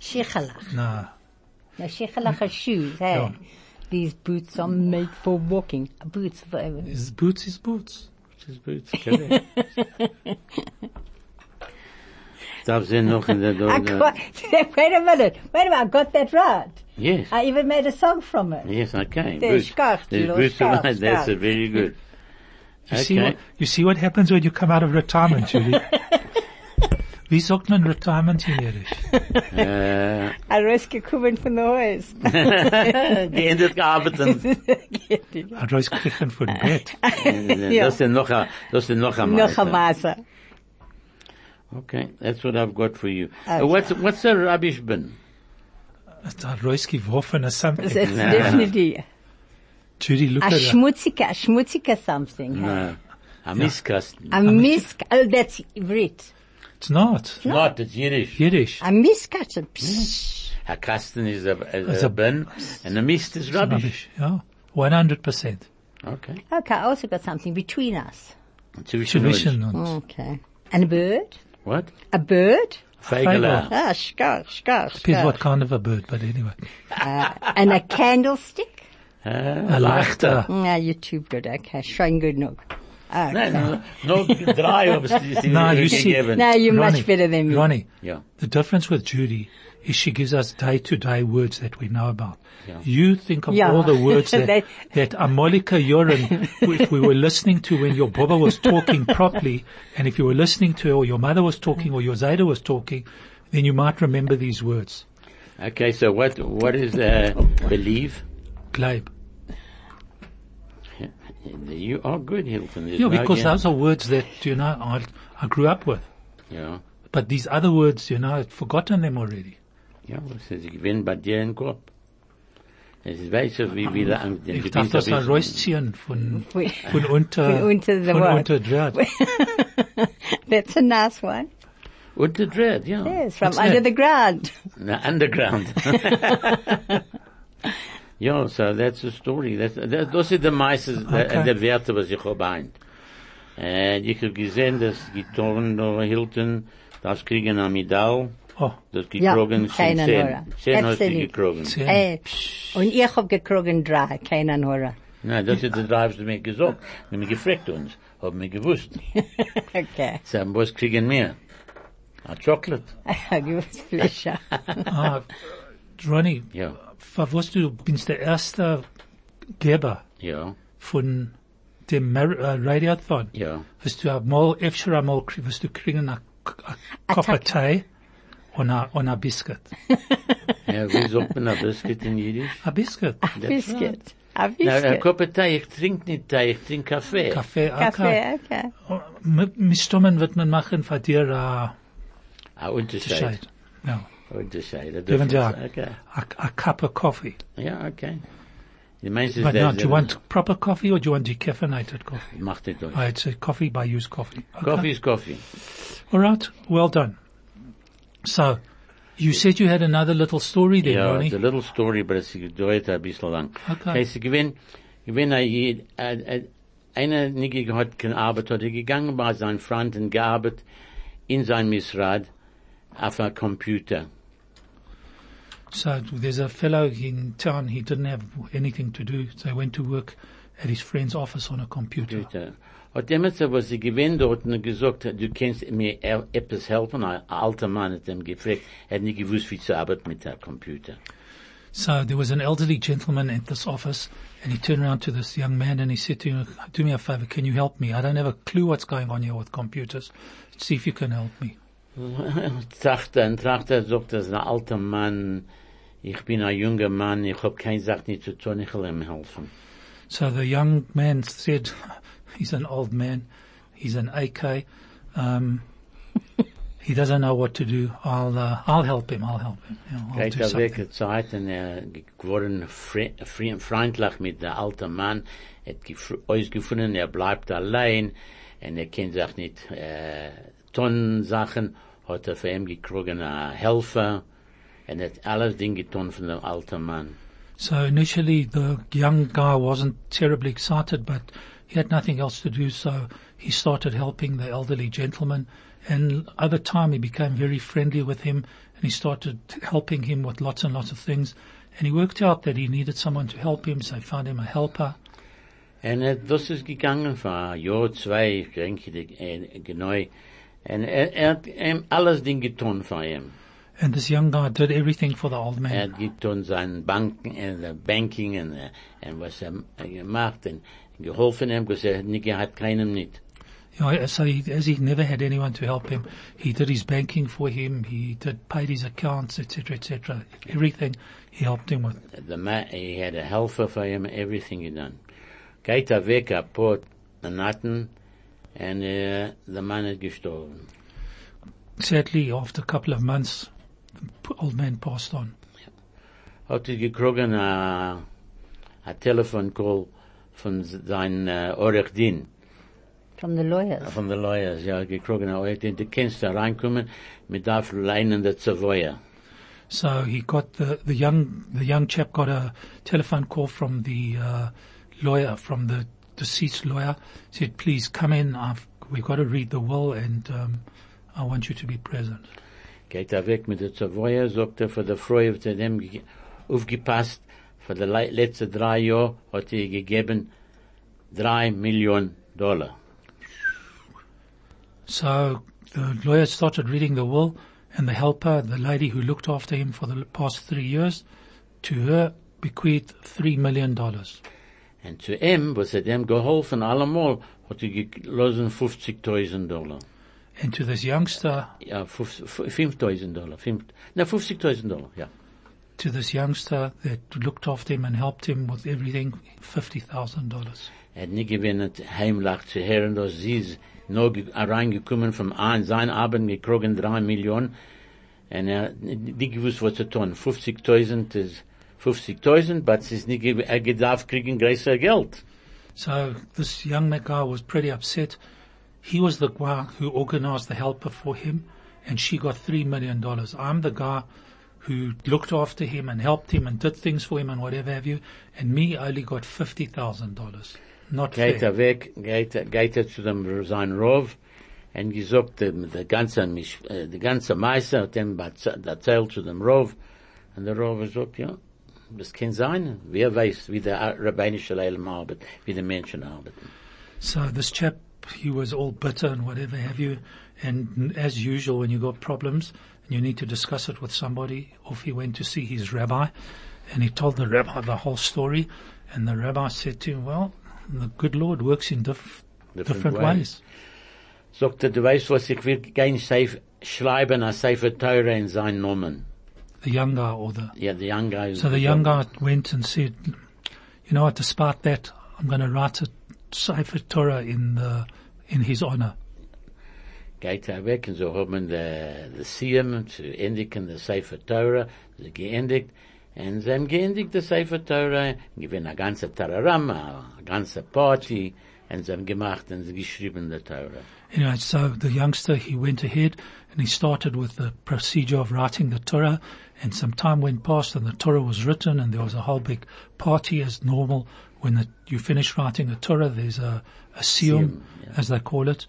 B: Schichelach.
A: No.
B: Now, Schichelach are shoes, hey.
A: Yeah.
B: These boots are made for walking. Boots for... uh,
A: Is boots is boots.
C: What is boots? Correct. Darf sie noch in der
B: I got, wait a minute. Wait a minute. I got that right.
C: Yes.
B: I even made a song from it.
C: Yes, okay.
B: There's
C: boots.
B: scarf,
C: There's
B: Lord,
C: boots
B: scarf,
C: around. That's a
B: scarf.
C: very good.
A: You see what, you see what happens when you come out of retirement, Julie. Wie sagt man retirement in Yiddish?
C: Uh,
B: I rescue Kuban from the horse.
C: geendet gearbeitet.
A: Hat Reus kriegen von Bett.
C: Das ist noch a, das ist noch a
B: Noch a
C: Meister.
B: Maße.
C: Okay, that's what I've got for you. Uh, what's, what's a rubbish bin?
A: Hat Reus geworfen or
B: It's
A: something.
B: it's definitely
A: Judy, look
B: a
A: at that.
B: schmutzige, a schmutzige something. hey.
C: No. A miskasten.
B: A misk, oh, that's Brit.
A: It's not.
C: Not, it's Yiddish.
A: Yiddish.
B: A miskatten. Psst.
C: A kasten is a, is
A: It's
C: a,
A: a-
C: bin, and a mist is rubbish.
A: Rubbish. Yeah. 100%.
C: Okay.
B: Okay, I also got something between us.
C: Zwischen
A: Tuition
C: uns.
A: und
B: Okay. And a bird?
C: What?
B: A bird?
C: Feigeler.
B: Ah, skar, skar,
A: Depends
B: skar.
A: what kind of a bird, but anyway.
B: Uh, And a candlestick?
C: Ah,
A: A leichter.
B: No, you're too good. Okay, shine good enough.
C: Nein, no, no, drei ob's die- die-
A: No, you
C: die-
A: see-
C: gegeben.
B: No, you're
A: Ronnie,
B: much better than me.
A: Ronnie,
C: Yeah.
A: the difference with Judy is she gives us day-to-day words that we know about. You think of
B: Yeah.
A: all the words that,
B: That-
A: that Amolika Yoren, if we were listening to when your Baba was talking properly, and if you were listening to her or your mother was talking or your Zayda was talking, then you might remember these words.
C: Okay, so what, what is, uh, believe?
A: Glaib.
C: You are oh, good, Hilton. There's
A: Yeah,
C: no
A: because
C: doubt.
A: those are words that, you know, I, I grew up with.
C: Yeah.
A: But these other words, you know, I'd forgotten them already.
C: Ja, was ist, ich bin bei dir im Kopf. Es weiß so wie
A: Ah,
C: wieder am,
A: Ich dachte, das war Räuschen von,
B: We-
A: von unter,
B: Von unter der
A: von
B: Wort.
A: unter Draht.
B: That's a nice one.
C: Unter Dread, ja.
B: Yes, from
A: What's
B: under
A: that?
B: the ground.
C: The underground. ja, so that's the story. That's, that, das ist der meiste,
A: Okay.
C: okay. der Werte, was ich habe ein. Und ich habe gesehen, dass Gitarren da Hilton, das kriegen eine Medaille,
A: Oh,
C: das
B: Ja,
C: gekrogen sind
B: keine Nora.
C: zehn. Zehn hast du
B: Absolut.
C: gekrogen.
A: zehn.
B: Hey, und ich hab gekrogen drei, keinen Hörer.
C: Nein, das ist das, was hast du mir gesagt. Du mir gefragt uns, haben wir gewusst.
B: Okay,
C: So, was kriegen wir? A Chocolate.
B: gewiss Fläche.
A: Ah, Ronny,
C: Ja,
A: verwusst du, bist der erste Geber
C: ja,
A: von dem Mar äh, Radiothon.
C: ja.
A: Wirst du einmal, öfter einmal, krie- wirst du kriegen ein Kopf
B: Attack.
A: Tee und ein und ein Biscuit.
C: Ja, wie sagt man ein Biscuit in Jiddisch?
A: Ein Biscuit.
B: Ah. Biscuit. A
C: Na, ein
B: Biscuit.
C: Kopf Tee, ich trinke nicht Tee, ich trinke Kaffee.
A: Kaffee, Oh, okay.
B: Kaffee, okay.
A: Mit Stummen wird man machen für dir, äh,
C: A Ein Unterschied.
A: Unterscheid. No.
C: Unterschied. Das
A: Even
C: ist-
A: ja.
C: Okay.
A: A, a cup of coffee.
C: Ja, okay. Die meinst
A: But now, do you want proper coffee or do you want decaffeinated coffee?
C: Macht nicht
A: I
C: durch.
A: would say coffee by use coffee. Okay.
C: Coffee is coffee.
A: All right. Well done. So, you said you had another little story there,
C: Ja,
A: Ronnie.
C: it's a little story, but es dauert ein bisschen lang.
A: Okay.
C: Heißt, gewinn, gewinn, einer nicht hat keine Arbeit, hat er gegangen bei seinen Freunden gearbeitet in sein Misrad auf einem Computer.
A: So there's a fellow in town, he didn't have anything to do, so he went to work at his friend's office on a computer.
C: Computer. äh, Hat damals, was sie gewinn dort, und gesagt, du kannst mir e- etwas helfen, ein alter Mann hat ihm gefragt, er hat nicht gewusst, wie zu arbeiten mit einem Computer.
A: So there was an elderly gentleman at this office, and he turned around to this young man and he said to him, do me a favor, can you help me? I don't have a clue what's going on here with computers. See if you can help me.
C: Tracht er, tracht er, sagt er, ist ein alter Mann, ich bin ein junger Mann, ich hab keine Sache nicht zu tun, ich will ihm helfen.
A: So the young man said, he's an old man, he's an AK, um, he doesn't know what to do. I'll, uh, I'll help him, I'll help him. You know, I'll
C: Geht
A: do
C: er weg,
A: something."
C: er Zeit, und er geworden fre- fre- freundlich mit dem alten Mann, Er hat gefr- ausgefunden, er bleibt allein, und er kennt sich nicht, äh, tun Sachen, hat er für ihn gekriegen, einen Helfer, und er hat alles Ding getan von dem alten Mann.
A: So initially the young guy wasn't terribly excited, but he had nothing else to do, so he started helping the elderly gentleman. And over time he became very friendly with him and he started helping him with lots and lots of things. And he worked out that he needed someone to help him, so he found him a helper.
C: En het, dat is er, gegangen voor een jaar, twee, ik denk ik, eh, genau. En er, er hat ihm alles ding getan voor hem.
A: And this young guy did everything for the old
C: Er
A: man.
C: hat getan zijn banken en de banking en, eh, en was er eh, gemacht en geholfen hem, because er niet gehad, keinem niet.
A: You know, so he, as he never had anyone to help him, he did his banking for him, he did paid his accounts, etc., etc. Everything he helped him with.
C: The ma he had a helper for him, everything gedaan. Geht er weg, er pot, een natten, en eh, de man is gestorben.
A: Sadly, after a couple of months, the p- old man passed on.
C: hat er äh, gekriegen a, a Telefoncall von sein uh, Orechdin,
B: From the lawyers.
A: Uh,
C: von der Lawyers, ja, gekriegen a Orechdin, du kannst da reinkommen, mit darf leinen der Zavoya.
A: So he got the, the young, the young chap got a telephone call from the, uh, lawyer, from the deceased lawyer, said, please come in, I've, we've got to read the will and, um, I want you to be present.
C: Geht er weg mit der Zavoya, sagt er, für der Freude, hat er dem ge- aufgepasst, für die le- letzten drei Jahre hat er gegeben drei Millionen Dollar.
A: So the lawyer started reading the will and the helper, the lady who looked after him for the past three years, to her bequeathed three million dollars.
C: Und zu ihm, was er dem geholfen, allemal, hat er gelassen 50.000 Dollar.
A: And to this youngster,
C: Ja, 5.000 Dollar. Fünf, na, 50.000 Dollar, ja.
A: to this youngster that looked after him and helped him with everything, fifty thousand dollars.
C: Er hat nie gewinnt, heimlich zu hören, dass sie ist nur ge- reingekommen vom Ein, sein Abend gekrogen drei Millionen. Und er hat nie gewusst, was zu tun. 50.000 ist 50.000, aber es ist nicht, gew- er darf kriegen größer Geld.
A: So this young man guy was pretty upset. He was the guy who organized the helper for him, and she got three million dollars. I'm the guy who looked after him and helped him and did things for him and whatever have you, and me only got fifty thousand dollars. Not
C: Geht
A: fair.
C: er weg, geht, er- geht er zu dem, sein Rov, und gesagt, ähm, der ganze, Misch- äh, der ganze Meister hat ihm bezahlt- erzählt zu dem Rov, und der Rov sagt, ja, das kann sein. Wer weiß, wie der rabbinische Leilem arbeitet, wie die Menschen arbeiten.
A: So this chap, he was all bitter and whatever have you. And as usual, when you got problems and you need to discuss it with somebody, off he went to see his rabbi and he told the rabbi the whole story. And the rabbi said to him, well, the good Lord works in diff-
C: Different
A: different,
C: ways.
A: ways.
C: sagt er, du weißt was, ich will kein Seif schreiben, a Seife Teure in seinen Namen.
A: The young guy or the,
C: Ja, der young guy.
A: so the young guy went and said, you know what, despite that, I'm going to write a Sefer Torah in the, in his honor.
C: geht er weg und so haben der de Siem zu endigen der Sefer Torah, sie geendigt, und sie haben geendigt der Sefer Torah, gewinnen eine ganze Tararam, eine ganze Party, und sie haben gemacht und sie geschrieben der Torah.
A: Anyway, so the youngster, he went ahead and he started with the procedure of writing the Torah and some time went past and the Torah was written and there was a whole big party as normal. When the, you finish writing a Torah, there's a, a siyum, as they call it.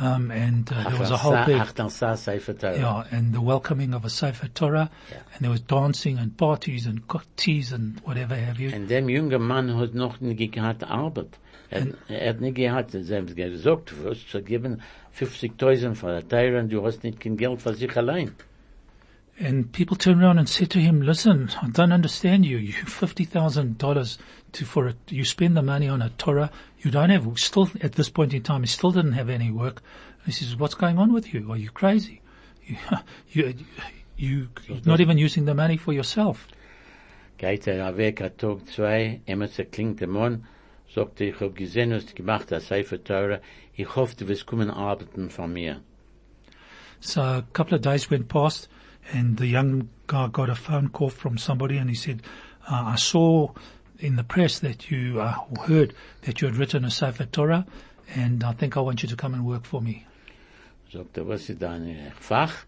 A: Um, and uh, there was a whole big,
C: Achtung, sa Sefer Torah.
A: yeah, and the welcoming of a Sefer Torah
C: Yeah.
A: and there was dancing and parties and co- teas and whatever have you.
C: Und dem jungen Mann hat noch nicht gehabt Arbeit. Er, er hat nicht gehabt, sie haben gesagt, du hast zu geben 50.000 für der Teil und du hast nicht kein Geld für sich allein.
A: And people turned around and said to him, listen, I don't understand you. You $50,000 to, for it. You spend the money on a Torah. You don't have, still at this point in time, he still didn't have any work. He says, what's going on with you? Are you crazy? You, you, you, you're not even using the money for yourself.
C: Geht er weg, ein Tag, zwei, immer zerklingt der Mann, sagt er, ich hab gesehen, was du gemacht hast, sei für teure, ich hoffe, du wirst kommen arbeiten von mir.
A: So a couple of days went past and the young guy got a phone call from somebody and he said, uh, I saw in the press that you uh, or heard that you had written a Sefer Torah and I think I want you to come and work for me.
C: Sagt er, was ist dein äh, Fach?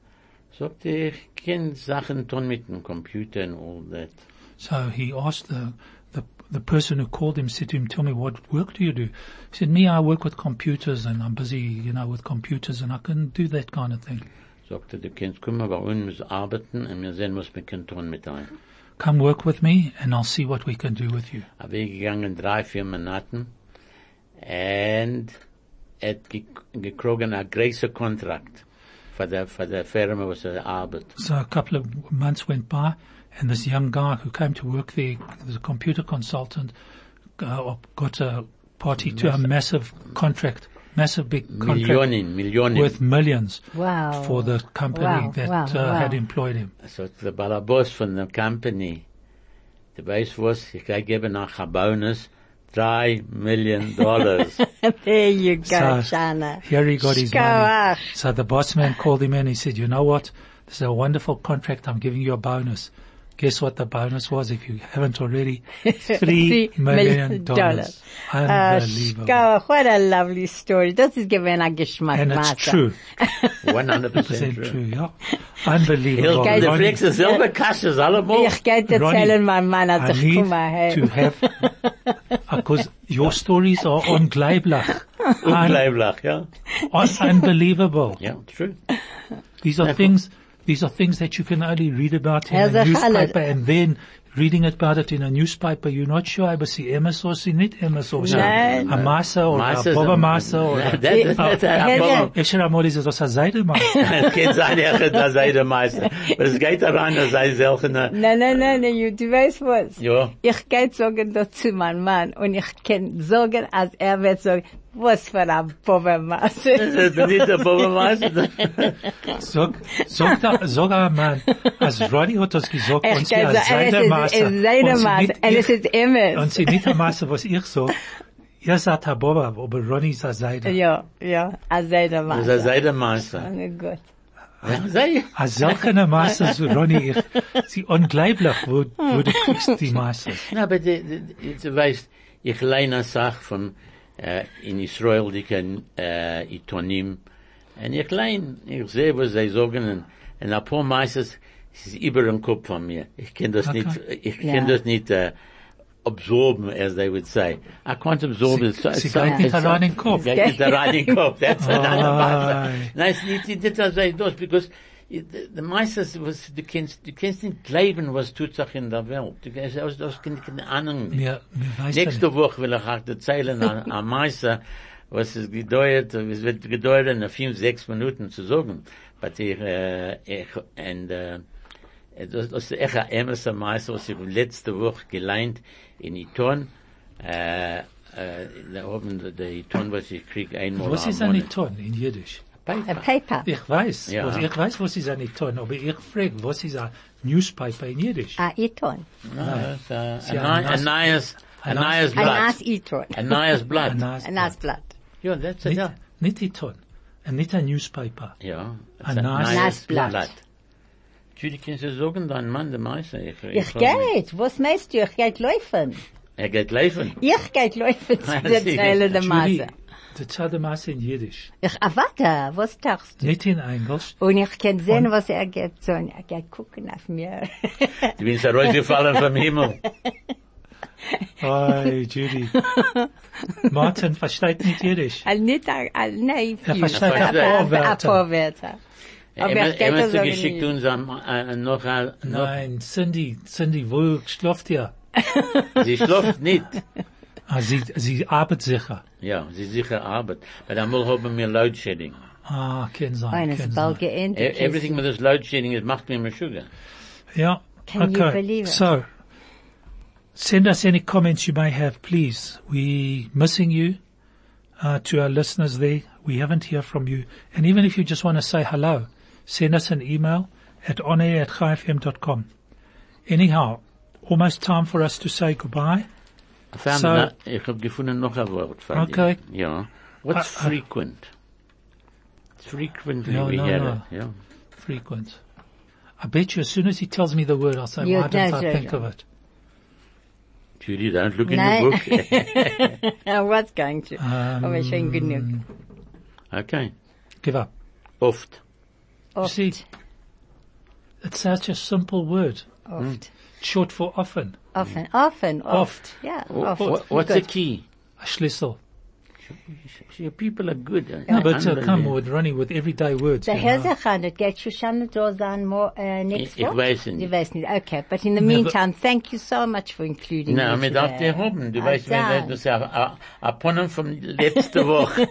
C: Sagt er, ich kann Sachen tun mit dem Computer und all that.
A: So he asked the, the, the person who called him, said to him, tell me what work do you do? He said, me, I work with computers and I'm busy, you know, with computers and I can do that kind of thing.
C: Sagt er, du kannst kommen, aber uns arbeiten und wir sehen, was wir können tun mit einem.
A: Come work with me and I'll see what we can do with you.
C: Er weggegangen drei, vier Monaten und hat ge gekrogen a großer Kontrakt für der, für der Firma, was er arbeitet.
A: So a couple of months went by, and this young guy who came to work there, was a computer consultant, uh, got a party to a massive contract, massive big contract
C: Millionen, Millionen.
A: worth millions
B: Wow.
A: for the company
B: Oh. Wow,
A: that
B: wow,
A: uh,
B: wow.
A: had employed him.
C: so der Balabos von der Company, der weiß was, ich kann geben nach a Bonus, drei Million Dollars.
B: There you go,
A: so
B: Shana. ah,
A: here he got his money.
B: Shkoach.
A: So the boss man called him in. He said, "You know what? This is a wonderful contract. I'm giving you a bonus." Guess what the bonus was? If you haven't already, three
B: Three
A: million
B: million
A: dollars.
B: Uh,
A: Unbelievable.
B: Shkoach, what a lovely story. Das ist gewesen ein Geschmack,
A: and it's
B: Martha.
A: true.
C: 100%
A: percent true,
C: true.
A: yeah. Unbelievable.
C: Hilke,
B: Guys,
C: der
A: Ronnie,
C: fliegst selber Kasse, allemal.
B: Ich gehe dir
A: Ronnie,
B: erzählen, mein Mann hat
A: I
B: sich
A: need
B: gemacht.
A: to have, because your stories are unglaublich. Un-
C: Unglaublich, ja.
A: un- unbelievable.
C: Ja, true.
A: These are things, these are things that you can only read about in a
B: Also,
A: newspaper
B: Khaled.
A: and then reading about it in a newspaper, you're not sure about see Emma's or see not Emma's or see a
B: Nein.
A: Masa or
C: Maas
A: a
C: is
A: Baba
C: a-
A: Masa or
C: That-
A: a...
C: that- that's a
B: Herr
C: Apollo.
B: Jan.
A: Esher Amor is a Zaide Masa.
C: Es geht sein, er hat das sei der Meister. Aber es geht daran, er sei selten,
B: Nein, nein, nein, nein, you- du weißt was.
C: ja,
B: Ich kann sagen dazu, mein Mann, und ich kann sagen, als er wird sagen, was für ein Bobermaß.
C: es ist nicht der Bobermeister.
A: Sog, sog da, sog a man, als Ronnie hat das gesagt,
B: Ich
A: und sie
B: kann
A: als
B: sagen,
A: seine
B: es
A: Maße.
B: ist in seiner
A: und sie nicht
B: Maße, und
A: ich-
B: es ist immer.
A: Und sie nicht der Maße, was ich so, ihr seid Herr Boba, aber Ronnie ist Seide.
B: Ja, ja, als seiner
C: Es ist
B: Maße.
C: sei der Meister.
B: Oh Gott.
C: Sei,
A: Als solche Maße, so Ronnie, ich, sie unglaublich, wo, wo du kriegst die Maße.
C: na, aber die- die- die- du weißt, ich leine eine Sache von, äh, in Israel, die kann, äh, Itonim, und ich leine, ich sehe, was sie sagen, und- und ein paar Meister, es ist über den Kopf von mir. Ich kann das
A: Okay.
C: nicht, ich kann
B: Ja.
C: das nicht, äh, absorben, as they would say. I can't absorb it.
A: Sie- sie geht nicht rein in den Kopf.
C: Geht nicht rein in den Kopf. That's another matter.
A: Ei.
C: Nein, es nicht, nicht, das sei das, because it- the- the meistens, was, du kannst, du kannst nicht glauben, was tut sich in der Welt. Du kannst, das, das kann ich keine Ahnung nicht.
A: Mir, mir weiß ja nicht.
C: Nächste Woche will ich auch erzählen an, an Meister, was es gedauert, es wird gedauert in fünf, sechs Minuten zu sagen. But ich, äh, ich, and, äh, das, das ist echt ein ämmerster Meister, was ich letzte Woche geleint in Iton, äh, äh, da oben, der Iton, was ich krieg einmal
A: Was
C: am
A: ist ein
C: Monat.
A: Iton in Jiddisch?
B: A paper.
A: Ich weiß,
C: Ja.
A: was, ich weiß, was ist ein Iton, aber ich frage, was ist ein Newspaper in Jiddisch?
B: A Eton.
C: Ja, das ist, äh,
A: Ja,
C: Ein neu- ein neues, ein
A: ein
C: neues
B: Ein Ass
C: Blatt.
B: Eton.
C: Ein neues Blatt.
A: Ein Nas-
B: Ein Ass Blatt.
C: Ja, that's it,
A: Nicht,
C: ja.
A: nicht Iton. and not a newspaper.
C: Ja.
A: Ein nice-
B: Nice Blatt.
C: Judy, kannst du sagen, dein Mann, der Meister? Ich,
B: Ich
C: frage mich.
B: geht. Was meinst du? Ich geht laufen.
C: Er geht laufen.
B: Ich geht laufen zu der
C: Sie-
B: Zeile der
A: Judy,
B: Masse.
A: the Tzad Masse in Yiddish,
B: Ich erwarte. Was tachst du?
A: not in English.
B: Und ich kann sehen, was er geht so. Und er geht gucken auf mir.
C: Du bist ja rausgefallen vom Himmel.
A: Hi, Judy. Martin versteht nicht Yiddish.
B: Al nicht, al- al, nein,
A: Er
B: viel.
A: versteht
C: ein paar
B: Ein paar- ein paar Wörter. Aber
C: Er
B: ich kann das
C: hat
B: sagen
C: geschickt
B: nicht.
C: uns am, äh, noch, ein- noch,
A: Nein, Cindy, Cindy, wo schlaft ihr?
C: sie schläft nicht.
A: Ah, sie, sie arbeitet sicher.
C: Ja, sie ist sicher Arbeit. Weil einmal haben wir load shedding.
A: Ah, kein
B: Oh,
A: sein,
B: und es
A: kein
B: ist bald
A: sein.
C: E-
B: geendet.
C: Everything with this load shedding, it macht mir immer Sugar.
A: Yeah.
B: Can you
A: okay.
B: believe it?
A: So, send us any comments you may have, please. We missing you, uh, to our listeners there. We haven't heard from you. And even if you just want to say hello, send us an email at onair at chaifm.com. Anyhow, almost time for us to say goodbye.
C: I found
A: So-
C: ano- ich hab gefunden noch ein Wort von dir.
A: Okay.
C: Ja. What's
A: Ah, ah.
C: frequent? Frequently
A: No,
C: we
A: no,
C: hear
A: no.
C: it. Yeah.
A: Frequent. I bet you as soon as he tells me the word, I'll say,
B: You
A: why don't
B: know,
A: I
B: Jojo.
A: think of it?
C: Judy, don't look in
B: Nein.
C: the book.
B: I was going to.
A: Um,
B: Oh, Aber schon genug.
C: Okay.
A: Give up.
C: Oft.
B: Oft,
A: You see, it's such a simple word,
B: oft.
A: short for often.
B: Offen, offen, oft.
A: Oft.
B: Ja,
C: Hmm. Wha-
B: oft.
C: wha- What's the
B: Gut.
C: key?
A: A schlüssel.
C: Your people are good. eh?
A: No, but uh, come with Ronnie with everyday words.
B: The
A: you know.
B: hair is handed. Get Shoshana Dozan more uh, next
C: Ich-
B: week?
C: ich weiß nicht.
B: You weiß nicht. Okay, but in the
A: Never-
B: meantime, thank you so much for including
C: No,
B: me
C: mit auf
B: today.
C: der Hoben. Du
B: Ah,
C: weißt, wenn
B: danke.
C: das Aponnen von letzter Woche.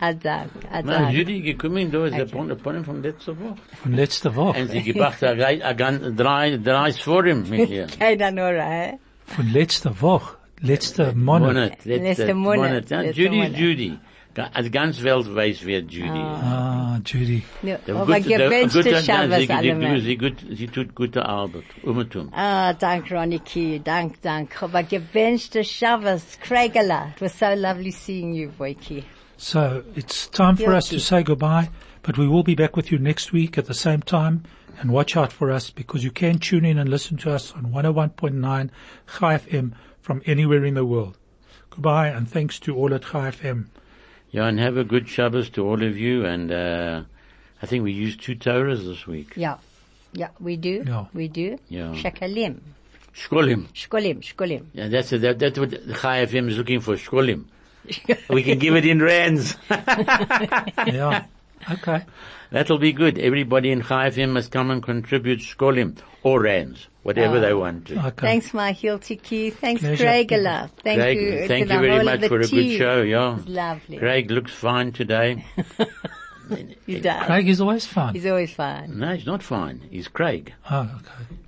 B: Ah, danke, ah,
C: Na,
B: danke.
C: Judy gekommen, da ist der Aponnen von letzter Woche.
A: From letzte Woche.
C: Und sie gebracht hat gleich ein ganz- drei, drei Sforim mit ihr.
B: Keine Nora, eh?
A: Von letzte Woche. Letzte Monat.
C: letzter
B: Letzter Monat,
C: Monat. ja.
B: letzter
C: Judy ist
B: Monat.
C: Judy. Ga- Als ganz Welt weiß, wer Judy ist.
A: Ah, Judy.
B: No,
C: Der
B: aber
C: gute- der
B: gewünschte
C: gute-
B: Schabes
C: sie- sie-
B: alle
C: du-
B: Menschen.
C: sie gut- Sie tut gute Arbeit. Umetum.
B: Ah, dank Roniki, dank, dank. Aber gewünschte Schabes, Craigela. It was so lovely seeing you, Boyki.
A: So it's time for us to
B: Guilty.
A: say goodbye, but we will be back with you next week at the same time. And watch out for us because you can tune in and listen to us on 101.9 Chai FM from anywhere in the world. Goodbye and thanks to all at Chai FM.
C: Yeah, and have a good Shabbos to all of you. And uh, I think we used two Torahs this week.
B: Yeah. Yeah, we do.
A: Ja.
B: We do.
C: Ja.
B: Shakalim.
C: Shkolim.
B: Shkolim, Shkolim.
C: Yeah, that's that, that's what the Chai FM is looking for. Shkolim. we can give it in rands.
A: Yeah. Okay.
C: That'll be good. Everybody in Chai FM must come and contribute shkolim or rands,
B: Ah.
C: whatever they want to.
A: Okay.
B: Thanks, my Hilti Key. Thanks,
A: Pleasure.
B: Craigela. Thank
C: Craig,
B: you.
C: thank
B: to
C: you
B: the
C: very
B: whole
C: much
B: of the
C: for a
B: team.
C: good show. Yeah,
B: It's lovely.
C: Craig looks fine today.
B: He does.
A: Craig is always fun.
B: He's always fine.
C: No, he's not fine. He's Craig.
A: Oh, okay.